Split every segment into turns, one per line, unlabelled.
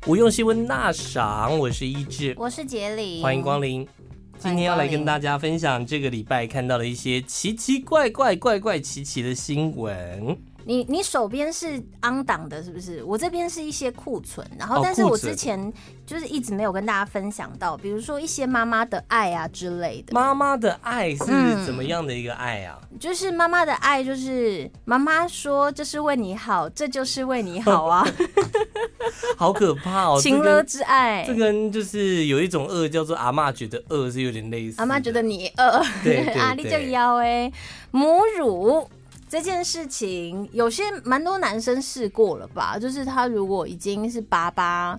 不用新闻那赏，我是一志，
我是杰里，
欢迎光临。今天要来跟大家分享这个礼拜看到的一些奇奇怪怪、怪怪奇奇的新闻。
你你手边是 on 档的，是不是？我这边是一些库存，然
哦
后但是
库
我
存
之前就是一直没有跟大家分享到，比如说一些妈妈的爱啊之类的。
妈妈的爱是怎么样的一个爱啊？
就是妈妈的爱，就是妈妈说这是为你好，这就是为你好啊，
好可怕 哦！
情
这
勒
跟
之爱。
这跟就是有一种恶叫做阿嬷觉得恶是有点类似的。
阿妈觉得你饿，
对 对
啊，你就
对
腰哎，母乳。这件事情，有些蛮多男生试过了吧？就是他如果已经是爸爸，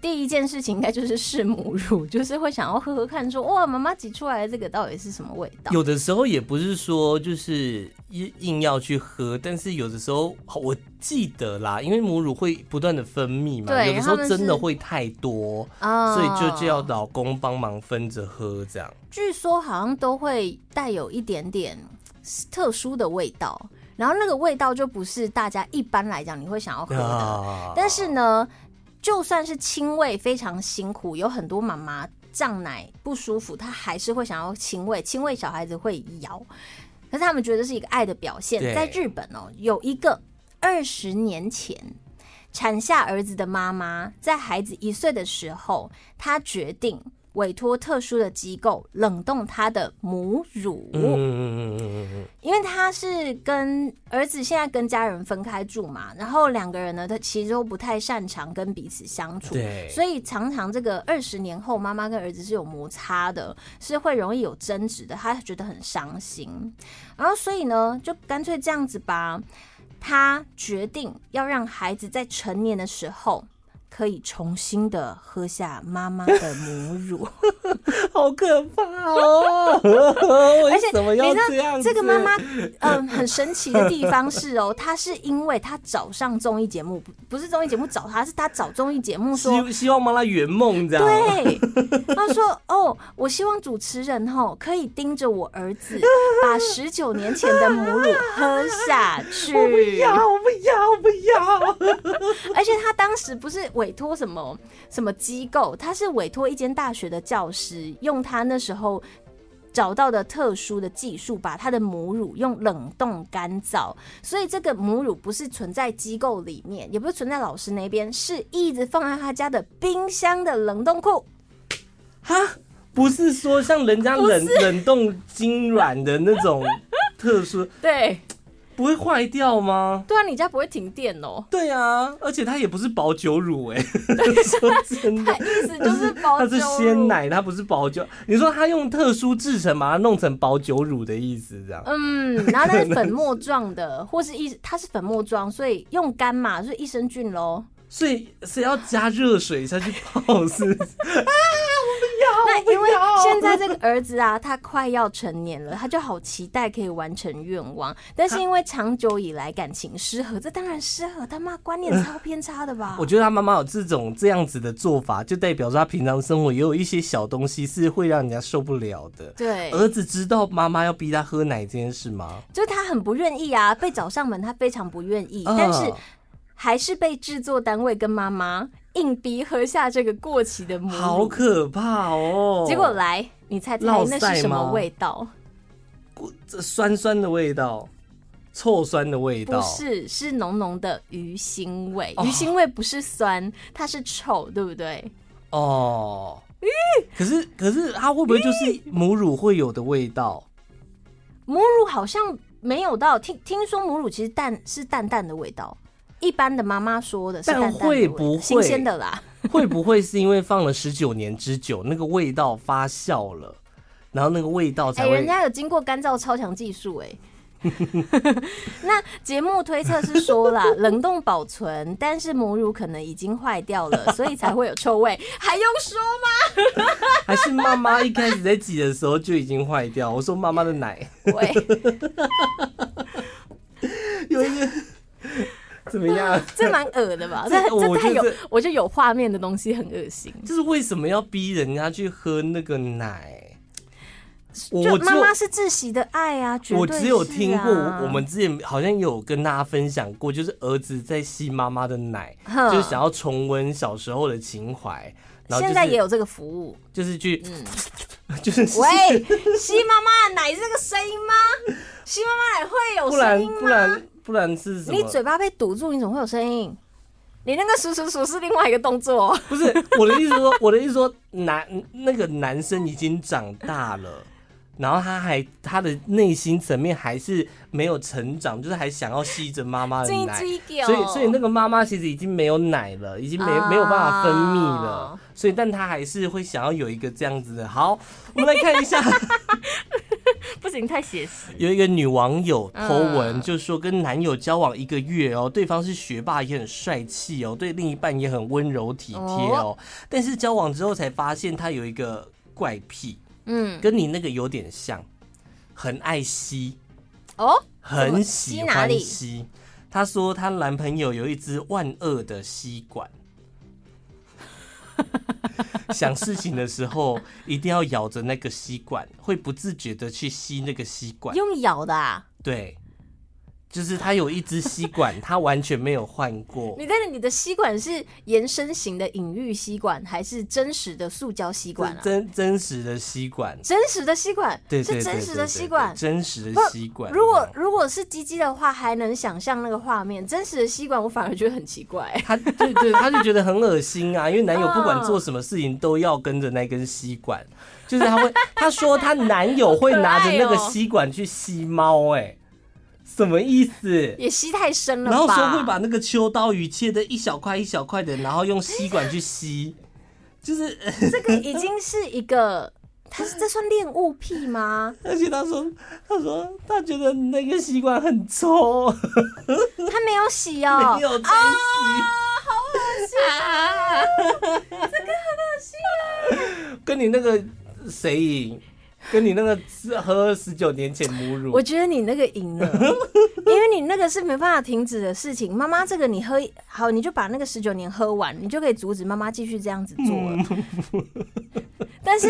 第一件事情应该就是试母乳， 就是会想要喝喝看说，哇，妈妈挤出来的这个到底是什么味道？
有的时候也不是说就是硬硬要去喝，但是有的时候我记得啦，因为母乳会不断的分泌嘛，
对
有的时候
他们是
真的会太多，
啊
所以就就要老公帮忙分着喝这样。
据说好像都会带有一点点特殊的味道，然后那个味道就不是大家一般来讲你会想要喝的。
啊
但是呢，就算是亲喂非常辛苦，有很多妈妈胀奶不舒服，她还是会想要亲喂，亲喂小孩子会摇，可是他们觉得是一个爱的表现
对。
在日本哦，有一个二十年前。产下儿子的妈妈，在孩子一岁的时候，她决定委托特殊的机构冷冻她的母乳。
嗯嗯嗯嗯嗯嗯
因为他是跟儿子现在跟家人分开住嘛，然后两个人呢，他其实都不太擅长跟彼此相
嗯，
处，
对，
所以常常这个二十年后，妈妈跟儿子是有摩擦的，是会容易有争执的，他觉得很伤心，然后所以呢，就干脆这样子吧，他决定要让孩子在成年的时候。可以重新的喝下妈妈的母乳，
好可怕 哦！ 为什么要
你知道
这样子？
这个妈妈，嗯、很神奇的地方是哦，她是因为她找上综艺节目，不不是综艺节目找她，是她找综艺节目说。
希希望帮她圆梦这样。
对，她说：“哦，我希望主持人吼可以盯着我儿子，把十九年前的母乳喝下去。
我不要，我不要，我不要。
而且他当时不是委托什么什么机构，他是委托一间大学的教师，用他那时候找到的特殊的技术，把他的母乳用冷冻干燥，所以这个母乳不是存在机构里面，也不是存在老师那边，是一直放在他家的冰箱的冷冻库。
哈，不是说像人家冷冷冻精软的那种特殊，
对，
不会坏掉吗？
对啊，你家不会停电哦。
对啊，而且它也不是保酒乳哎、说真的
他。意思就是保
它是
酒
鲜
乳
奶，它不是保酒。你说它用特殊制成把它弄成保酒乳的意思，这样？
嗯，然后它是粉末状的，或是一它是粉末状，所以用干嘛，所以益生菌喽。
所以是要加热水下去泡，是不 是？
啊那因为
要
现在这个儿子啊，他快要成年了，他就好期待可以完成愿望，但是因为长久以来感情失和，这当然失和，他妈观念超偏差的吧
我？觉得他妈妈有这种这样子的做法，就代表说他平常生活也有一些小东西是会让人家受不了的。
对，
儿子知道妈妈要逼他喝奶这件事吗？
就是他很不愿意啊，被找上门，他非常不愿意，
啊
哎但是还是被制作单位跟妈妈硬逼喝下这个过期的母
好
乳。
可怕哦！
结果来，你猜猜
落
那
塞
是什
吗
么味道？
这酸酸的味道，臭酸的味
不
道，
是，是浓浓的鱼腥味。
哦
鱼腥味不是酸，它是臭，对不对？
哦。可是可是它会不会就是母乳会有的味 道？
母乳好像没有到，听听说母乳其实淡是淡淡的味道，一般的妈妈说的是淡淡的
但会
味道
不会
新鲜的啦？
会不会是因为放了十九年之久，那个味道发酵了，然后那个味道
哎、
才会
人家有经过干燥超强技术哎、 那节目推测是说 啦，冷冻保存，但是母乳可能已经坏掉了，所以才会有臭味。还用说吗？
还是妈妈一开始在挤的时候就已经坏掉？我说妈妈的奶
喂，
有一个 怎么 样？
这蛮恶的吧？
这
这
我
这太
觉
有
得，
我就有画面的东西很恶心。
就是为什么要逼人家去喝那个奶？我
就
我只
妈
有
妈是窒息的爱啊，绝对
我只有
是
听过，
啊
我我们之前好像有跟大家分享过，就是儿子在吸妈妈的奶，
哼
就是想要重温小时候的情怀。然后就是、
现在也有这个服务。
就是去， 就是
喂，吸妈妈的奶是这个声音 吗？吸妈妈奶会有
不然
声音
不
吗？
然不然是什么？
你嘴巴被堵住，你怎么会有声音？你那个数数数是另外一个动作，哦
不是我的意思说，我的意思说男那个男生已经长大了。然后他还他的内心层面还是没有成长，就是还想要吸着妈妈的
这
奶，
这一点哦。
所以所以那个妈妈其实已经没有奶了，已经没、
啊
没有办法分泌了，所以但她还是会想要有一个这样子的。好， 我们来看一下，
不行，太写实。
有一个女网友
嗯
偷文，就说跟男友交往一个月哦，对方是学霸，也很帅气哦，对另一半也很温柔体贴哦，但是交往之后才发现他有一个怪癖，
嗯，
跟你那个有点像，很爱吸。
哦，
很喜
吸哪
欢
里
吸。她说她男朋友有一支万恶的吸 管，想事情的时候一定要咬着那个吸管，会不自觉的去吸那个吸管。
用咬的啊？
对，就是他有一支吸 管，他完全没有换过。
你但是你的吸管是延伸型的隐喻吸管，还是真实的塑胶吸管啊？
真真实的吸管，
真实的吸管
对对
是
对
真
对
实
对
的吸管
对。真实的吸管。
如果如果是鸡鸡的话，还能想象那个画面。真实的吸管，我反而觉得很奇怪。
他对对，他就觉得很恶心啊，因为男友不管
嗯
做什么事情都要跟着那根吸管，就是他会，他说他男友会拿着那个
哦
吸管去吸猫，哎，什么意思？
也吸太深了
然
吧？
后说会把那个秋刀鱼切的一小块一小块的，然后用吸管去吸，就是，
这个已经是一个，他是这算恋物癖吗？
而且他说，他说他觉得那个吸管很
哦
臭，
他没有洗哦，
没有在吸。
啊
跟你那个谁赢？跟你那个喝十九年前母乳
我，觉得你那个赢了，因为你那个是没办法停止的事情。妈妈，这个你喝一好，你就把那个十九年喝完，你就可以阻止妈妈继续这样子做了。
嗯
但是。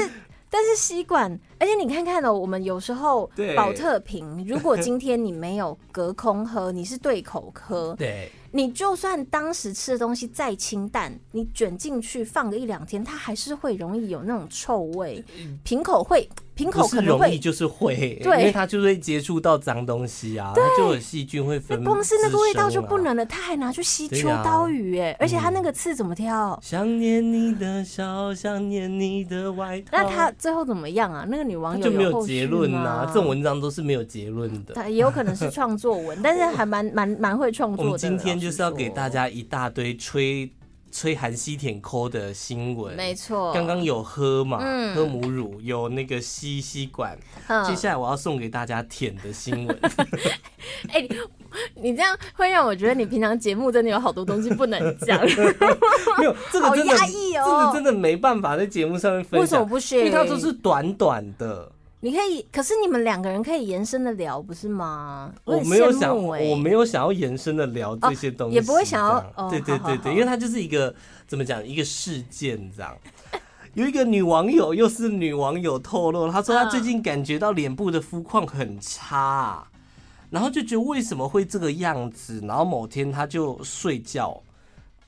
但是吸管，而且你看看哦，我们有时候
对
保特瓶，如果今天你没有隔空喝，你是对口喝，
对。
你就算当时吃的东西再清淡，你卷进去放个一两天，它还是会容易有那种臭味，瓶口会瓶
呃嗯不
口
是
可能
容易
会。
就是会，
对
因为它就是会接触到脏东西啊，它就有细菌会分、滋
那光哎是那个味道就
生啊
不。能了，他还拿去吸
对
秋
啊嗯
刀鱼哎、而且他那个刺怎么挑？
想念你的笑，想念你的外套。
那他最后怎么样啊？那个女网
它
友
就没
后
有
续
结论呐、
吗
这种文章都是没有结论的。
他也有可能是创作 文，但是还蛮蛮蛮会创
我
作的。
们今天就是要
老实
给
说
大，家一大堆吹吹韩西舔抠的新闻。
没错，
刚刚有喝嘛，
嗯
喝母乳，有那个吸吸管。
嗯
接下来我要送给大家舔的新 闻。
哎、你你这样会让我觉得你平常节目真的有好多东西不能 讲。
没有，这个
好
真的，
压抑哦
这个真的没办法在节目上面分享。
为什么不行
因为它都是短短的。
你可以，可是你们两个人可以延伸的聊，不是吗？
我
很
没有
羡
想，
慕欸哦
我没有想要延伸的聊这些东西，
也不会想要
这样
哦
对对
好好
对
好
对，因为它就是一个怎么讲，一个事件这样。有一个女网友，又是女网友透露，她说她最近感觉到脸部的肤况很差、然后就觉得为什么会这个样子，然后某天她就睡觉，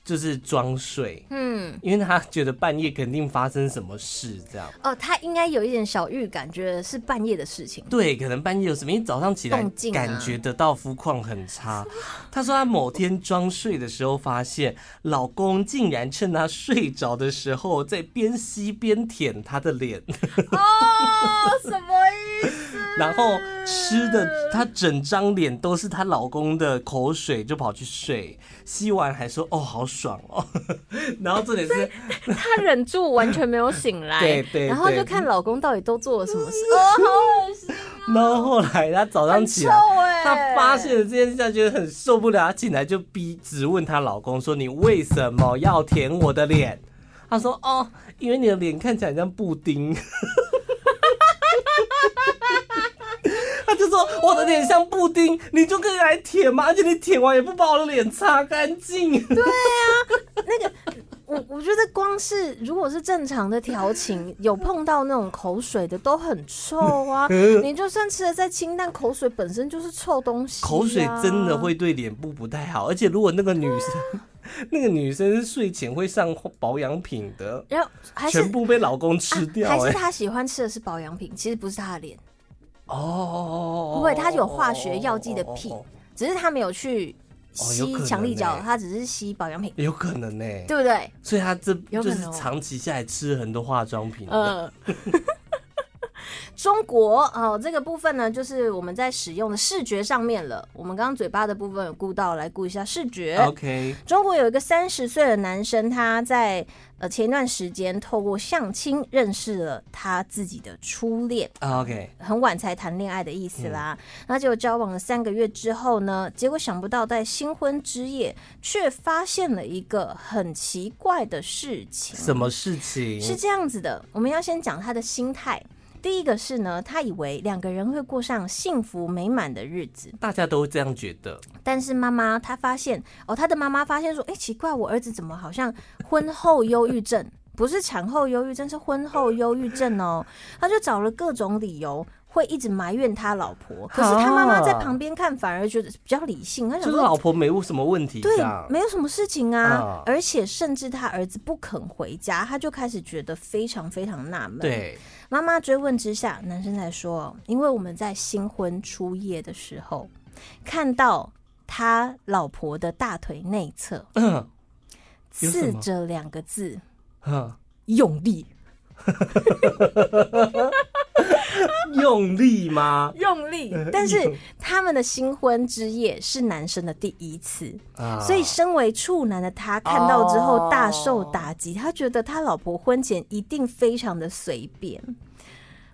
就是装睡，
嗯，
因为她觉得半夜肯定发生什么事这样。
哦，他应该有一点小预感，觉得是半夜的事 情。
对，可能半夜有什么，因为早上起来
动静啊
感觉得到肤况很差。她说她某天装睡的时候，发现老公竟然趁她睡着的时候，在边吸边舔她的 脸，
哦，什么意 思？
然后吃的她整张脸都是她老公的口水，就跑去睡，吸完还说哦好爽哦， 然后重点是
他忍住完全没有醒来，
对对嗯
然后
对
就看老公到底都做了什么事。哦，好恶心，
然后后来她早上起来，
哎
她发现了这件事，她觉得很受不了，她进来就逼质问她老公说：“你为什么要舔我的脸？”她说：“哦，因为你的脸看起来很像布丁。” 她就说：“我的脸像布丁，你就可以来舔嘛，而且你舔完也不把我的脸擦干净。
那个。我我觉得光是如果是正常的调情，有碰到那种口水的都很臭 啊。你就算吃的再清淡，口水本身就是臭东西、啊
口水真的。会对脸部不太好，而且如果那个女生， 那个女生睡前会上保养品的，
然后还是
全部被老公吃掉、
啊还
哎、
是他喜欢吃的是保养品，其实不是他的脸，
哦，
不会它有化学药剂的屁
哦哦哦
只是他没有去
有可
吸
能
强力胶，
欸
他只是吸保 养品，
哎有可能呢、
对不对？
所以他这
有
就
可
是
能哦
长期下来吃很多化妆品的，
呃， 中国哦，这个部分呢，就是我们在使用的视觉上面了。我们刚刚嘴巴的部分有顾到，来顾一下视觉。
OK，
中国有一个三十岁的男生，他在呃前一段时间透过相亲认识了他自己的初恋，
啊 OK，
很晚才谈恋爱的意思啦。
嗯
那结果交往了三个月之后呢，结果想不到在新婚之夜却发现了一个很奇怪的事情。
什么事情？
是这样子的，我们要先讲他的心态。第一个是呢，他以为两个人会过上幸福美满的日子，
大家都这样觉得，
但是妈妈她发现，哦，她的妈妈发现说，哎、奇怪，我儿子怎么好像婚后忧郁症？不是产后忧郁症，是婚后忧郁症 哦。他就找了各种理由，会一直埋怨他老婆。可是他妈妈在旁边看，反而觉得比较理性。他
就
想
是
说，
老婆没有什么问题这
对
样，。
没有什么事情啊。
啊
而且甚至他儿子不肯回家，他就开始觉得非常非常纳闷。
对，
妈妈追问之下，男生才说，因为我们在新婚初夜的时候，看到他老婆的大腿内侧
嗯有什
刺
么
着两个字
嗯，
“用力
用力吗”，？
用力。但是他们的新婚之夜是男生的第一次，
啊，
所以身为处男的他看到之后
哦
大受打击，他觉得他老婆婚前一定非常的随便。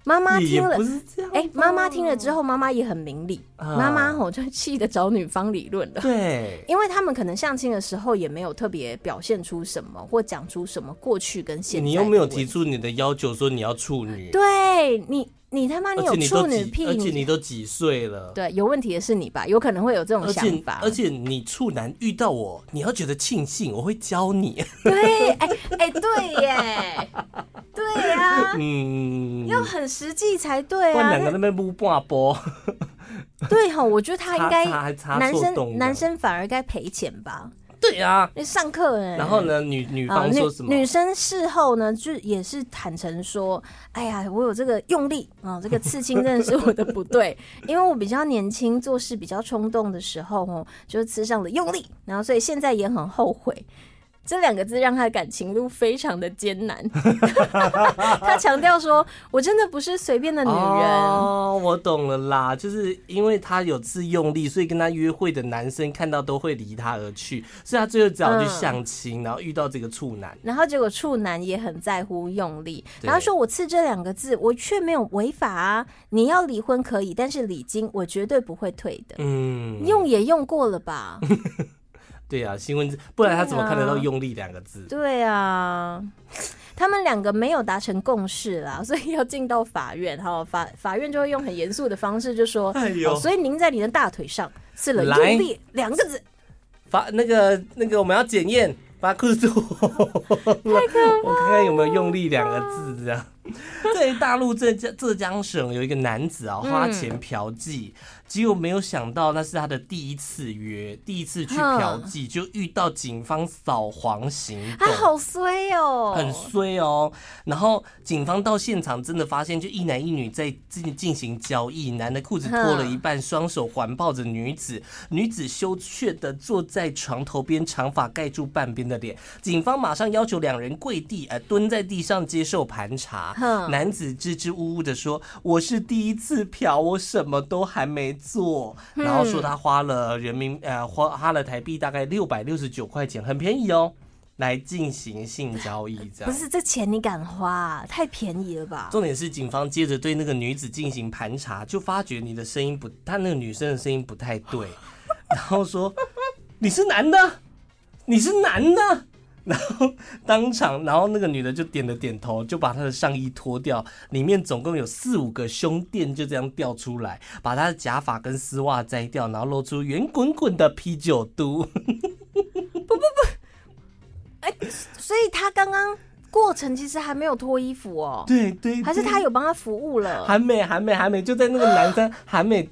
妈妈
也
听了
不，是这样吧，
哎、妈妈听了之后，妈妈也很明理，
哦啊
妈妈吼就气得找女方理论了。
对，
因为他们可能相亲的时候也没有特别表现出什么，或讲出什么过去跟现在。
你又没有提，出你的要求说你要处女，
对你，你他妈你
而
有
且你
处
都
女
几，
癖，
而且你都几岁了，
对有问题的是你吧？有可能会有这种
而
想
且
法。
而且你处男遇到我，你要觉得庆幸，我会教你。
对，哎、哎、对耶， 对呀、
嗯，
要很实际才对
不然
啊
两个。那边不挂播，
那对吼，我觉得他应该
插插还插
男
错洞
生
的
男生反而该赔钱吧？
对啊。
那上课哎、
然后呢，女女
啊，
方说什么
女？女生事后呢，就也是坦诚说：“哎呀，我有这个用力啊，这个刺青真的是我的不对，因为我比较年轻，做事比较冲动的时候哦，就吃上了用力，然后所以现在也很后悔。”这两个字让他的感情路非常的艰难。 他强调说：“我真的不是随便的女人。
哦，我懂了啦，就是因为她有自用力，所以跟她约会的男生看到都会离她而去，所以她最后只好去
嗯
相亲，然后遇到这个处男。
然后结果处男也很在乎用力，
对
然后说我刺这两个字，我却没有违法啊。你要离婚可以，但是礼金我绝对不会退的。
嗯，
用也用过 了吧？
对啊，新闻，不然他怎么看得到
对啊
“用力”两个字？
对啊，他们两个没有达成共识啦，所以要进到法院哈，法法院就会用很严肃的方式就说，
哎呦
哦所以您在你的大腿上刺了
来
用力两个字，
把那个那个我们要检验把裤子脱，我看看有没有用力两个字 这样。在大陆浙江浙江省有一个男子啊，花钱嫖妓，结果没有想到那是他的第一次约，第一次去嫖妓就遇到警方扫黄行
他
动。
啊好衰哦，
很衰哦，然后警方到现场真的发现，就一男一女在进进行交易，男的裤子脱了一半，双手环抱着女子，女子羞怯的坐在床头边，长发盖住半边的脸。警方马上要求两人跪地，呃，蹲在地上接受盘查。
哼
男子支支吾吾的说：“我是第一次嫖，我什么都还没做。”然后说他花了人民呃花花了台币大概六百六十九块钱，很便宜哦，来进行性交易这
不
样。
是这钱你敢花、啊太便宜了吧？
重点是，警方接着对那个女子进行盘查，就发觉你的声音不，她那个女生的声音不太对， 然后说你是男的，你是男的， 然后当场，然后那个女的就点了点头，就把她的上衣脱掉，里面总共有四五个胸垫就这样掉出来，把她的假发跟丝袜摘掉，然后露出圆 滚滚的啤酒肚。
哎所以他刚刚过程其实还没有脱衣服哦，
对对，
还是
对
他有帮他服务了？
韩美，韩美，韩美，就在那个男生 韩美，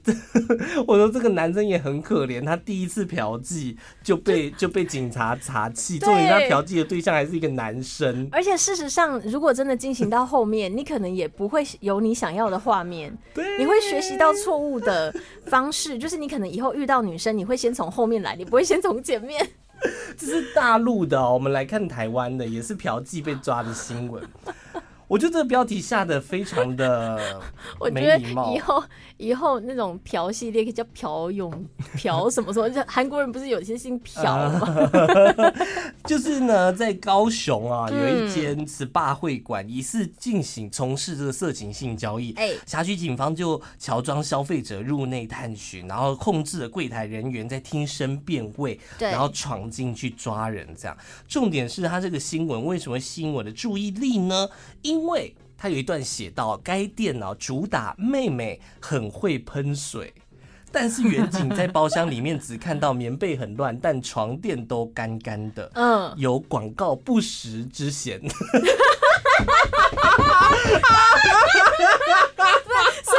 我说这个男生也很可怜，他第一次嫖妓就被就被警察查气，
对
重点他嫖妓的对象还是一个男生，
而且事实上，如果真的进行到后面，你可能也不会有你想要的画面，
对，
你会学习到错误的方式，就是你可能以后遇到女生，你会先从后面来，你不会先从前面。
这是大陆的、哦，我们来看台湾的，也是嫖妓被抓的新闻。我觉得这个标题下的非常的
我觉
没
得
礼貌
以后以后那种嫖系列可以叫嫖泳、嫖什么什么，就韩国人不是有些姓嫖吗？
就是呢，在高雄啊，有
嗯
一间 SPA 会馆疑似进行从事这个色情性交易，
哎
辖区警方就乔装消费者入内探寻，然后控制了柜台人员在听声辨位，
对
然后闯进去抓人。这样，重点是他这个新闻为什么会吸引我的注意力呢？因为他有一段写到，该店啊主打妹妹很会喷水。但是远景在包厢里面只看到棉被很乱，但床垫都干干的。
嗯，
有广告不实之 嫌，
所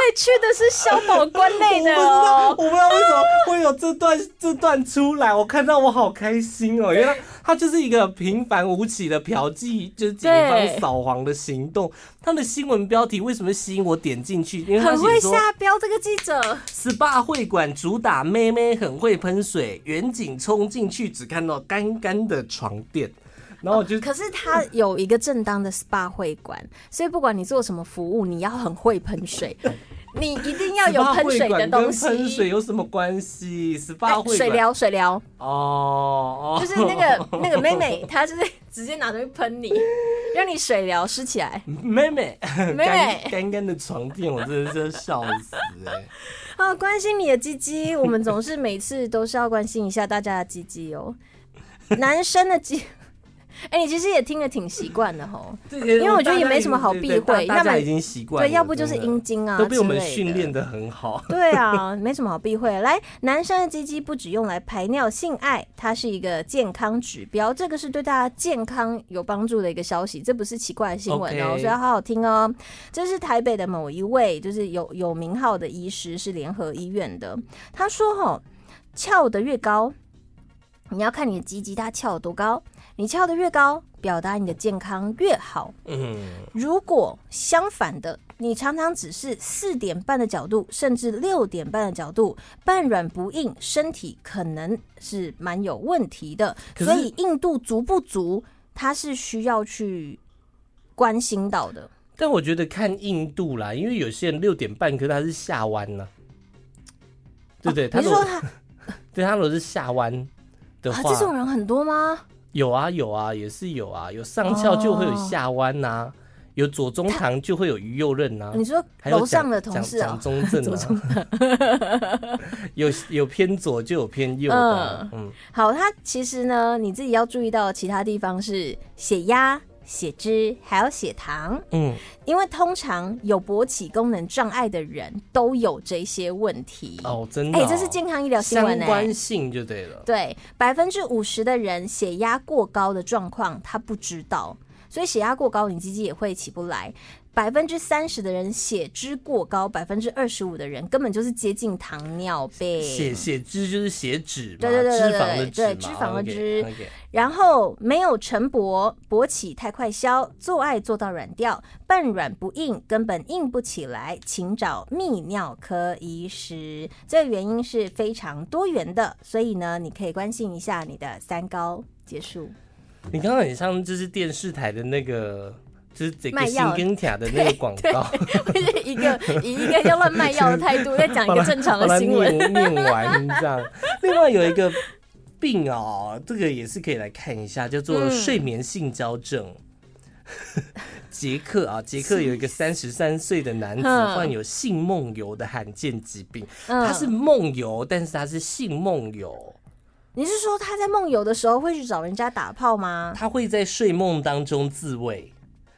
以去的是消保官类的
我
哦。
不知道我不知道为什么会有这段这段出来，我看到我好开心哦，原来他就是一个平凡无奇的嫖妓，就是警
对
方扫黄的行动。他的新闻标题为什么吸引我点进去？因为他
很会
写说
下标，这个记者
SPA 会馆主打妹妹很会喷水，远景冲进去只看到干干的床垫，然后我就
可是他有一个正当的 SPA 会馆，所以不管你做什么服务，你要很会喷 水，你一定要有喷水的东西。
SPA 会馆跟喷水有什么关系
哎
？SPA 会
水
馆
疗，水 疗，
哦，哦
就是那个那个妹妹，她就是直接拿东西 喷你，让你水疗湿起来。
妹妹，妹
妹
干干干的床垫，我真的是要笑死哎、
啊，关心你的鸡鸡，我们总是每次都是要关心一下大家的鸡鸡哦。男生的鸡， 哎、你其实也听得挺习惯的吼。
因
为我觉得也没什么好避讳
大
要
家
不然
已经习惯了，
对，要不就是
真的
阴茎啊，
都被我们
之类的
训练的很 好。
对啊，没什么好避讳。来，男生的鸡鸡不只用来排尿、性爱，它是一个健康指标，这个是对大家健康有帮助的一个消息，这不是奇怪的新闻哦
OK
所以要好好听哦。这是台北的某一位就是有有名号的医师，是联合医院的，他说吼、翘得越高，你要看你的鸡鸡它翘得多高，你翘得越高，表达你的健康越好。
嗯，
如果相反的，你常常只是四点半的角度，甚至六点半的角度，半软不硬，身体可能是蛮有问题的。
可是
所以硬度足不足，它是需要去关心到的。
但我觉得看硬度啦，因为有些人六点半，可是他是下弯呢、对不对？他
哦你是
如
说
果
他
对他如果是下弯的
啊
话，
这种人很多吗？
有啊有啊，也是有啊，有上翘就会有
哦
下弯呐、有左中堂就会有鱼右刃呐、
你说
啊还有
楼
蒋
上的同事
蒋蒋？
啊
中 正、啊， 有有偏左就有偏右的啊，嗯，
好，它其实呢，你自己要注意到其他地方是血压、血脂，还有血糖。
嗯，
因为通常有勃起功能障碍的人都有这些问题。
哦，真的、
哎、
哦，
这是健康医疗新
相
闻欸呢、
关性就对了。
对，百分之五十的人血压过高的状况，他不知道，所以血压过高，你鸡鸡也会起不来。百分之三十的人血脂过高，百分之二十五的人根本就是接近糖尿病。
血血脂就是血脂嘛，
对对对对
脂肪的脂
对
嘛，哦
脂肪的脂
o k
然后没有晨勃，勃起太快消，做爱做到软掉，半软不硬，根本硬不起来，请找泌尿科医师。这个原因是非常多元的，所以呢，你可以关心一下你的三高。结束，
你刚刚很像就是电视台的那个，就是这
卖
个新
药
跟卡的那个广告，
就是一个以一个要乱卖药的态度在讲一个正常
把
的
它
新闻。
念念完这 样。另外有一个病哦，这个也是可以来看一下，叫做
嗯
睡眠性交症。 杰克啊，杰克有一个三十三岁的男子
嗯
患有性梦游的罕见疾病，他是
嗯，
梦游，但是他是性梦游，
你是说 他在梦游的时候会去找人家打炮吗？
他会在睡梦当中自慰。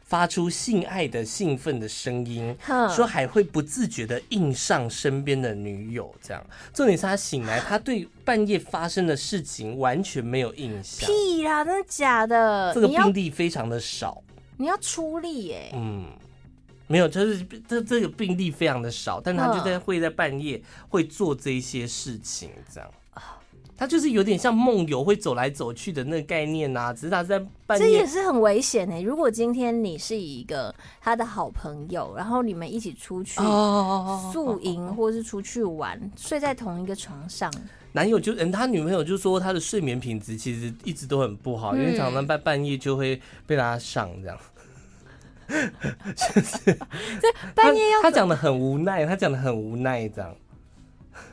发出性爱的兴奋的声音，
哼
说还会不自觉的印上身边的女友。这样，重点是他醒来，他对半夜发生的事情完全没有印象。
屁啦，真的假的？
啊这个
你要
病例非常的少，
你要出力耶、
嗯，没有，就是这这个病例非常的少，但他就在会在半夜会做这些事情，这样。他就是有点像梦游会走来走去的那个概念呐、只是他在半
这也
夜，
是很危险哎、如果今天你是一个他的好朋友，然后你们一起出去
哦
宿营，或是出去玩，睡在同一个床上，
男友就嗯，他女朋友就说他的睡眠品质其实一直都很不好，因为
嗯
常常半半夜就会被他上这样。
半夜要
他他讲的很无奈，他讲的很无奈这样。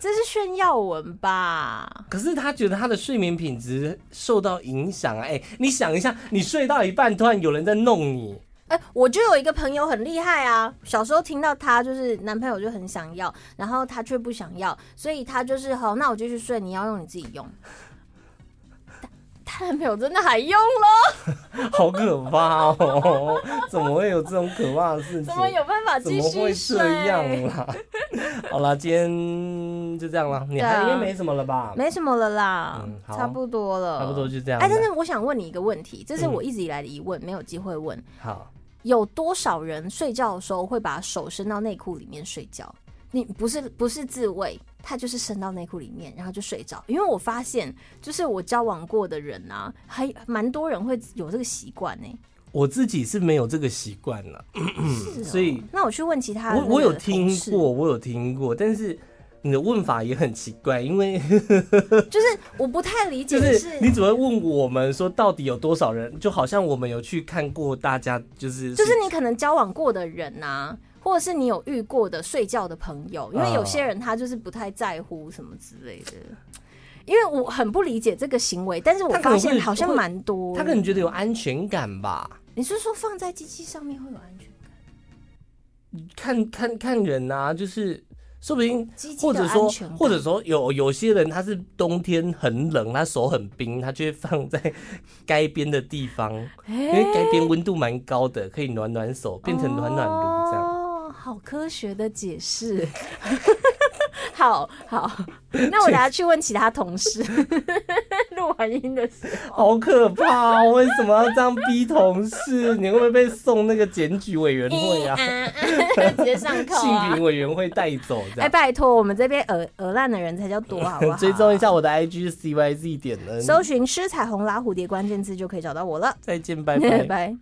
这是炫耀文吧？
可是他觉得他的睡眠品质受到影响啊！哎、你想一下，你睡到一半，突然有人在弄你，
哎、我就有一个朋友很厉害啊，小时候听到他就是男朋友就很想要，然后他却不想要，所以他就是好，那我就去睡，你要用你自己用。他他男朋友真的还用了，
好可怕哦！ 怎么会有这种可怕的事情？
怎么有办法
怎
继
么
续
会
睡？
这样啊啦？好啦，今天就这样啦。你
对
还
啊
应该没什么了吧？
没什么了啦，
嗯好
差不多了，
差不多就这样。
哎，但是我想问你一个问题，这是
嗯
我一直以来的疑问，没有机会问。
好，
有多少人睡觉的时候会把手伸到内裤里面睡觉？你不是不是自慰，他就是伸到内裤里面，然后就睡着。因为我发现，就是我交往过的人啊，还蛮多人会有这个习惯呢。
我自己是没有这个习惯了，
是哦
嗯所以
那我去问其他的
我我有听
啊同事
过，，我有听过，但是你的问法也很奇怪，因为。
就是我不太理解，
就是是你只会问我们说到底有多少人，就好像我们有去看过大家，就是
就是你可能交往过的人啊，或者是你有遇过的睡觉的朋友，
啊
因为有些人他就是不太在乎什么之类的。因为我很不理解这个行为，但是我
他可
发
能
现
会
好像蛮多。
他可能觉得有安全感吧，
你是说放在机器上面会有安全感？
看看看人啊，就是说不定。
机器
或
的
者
安
说
全，感
或者说有有些人他是冬天很冷，他手很冰，他就会放在 该边的地方，因为该边温度蛮高的，可以暖暖手，变成暖暖炉这样。
哦，好科学的解释。 好好，那我等下去问其他 同事。 录完音的时候，
好可怕、哦！为什么要这样逼同事？你会不会被送那个检举委员会啊？
嗯直接上课
性
哎啊！
平委员会带走这
哎、
样。
拜啊托，我们这边耳耳烂的人才叫多，好不 好？
追踪一，下我的 IG CYZ 点 N，
搜寻“吃彩虹拉蝴蝶”关键字就可以找到我了。
再见，拜拜
拜。拜。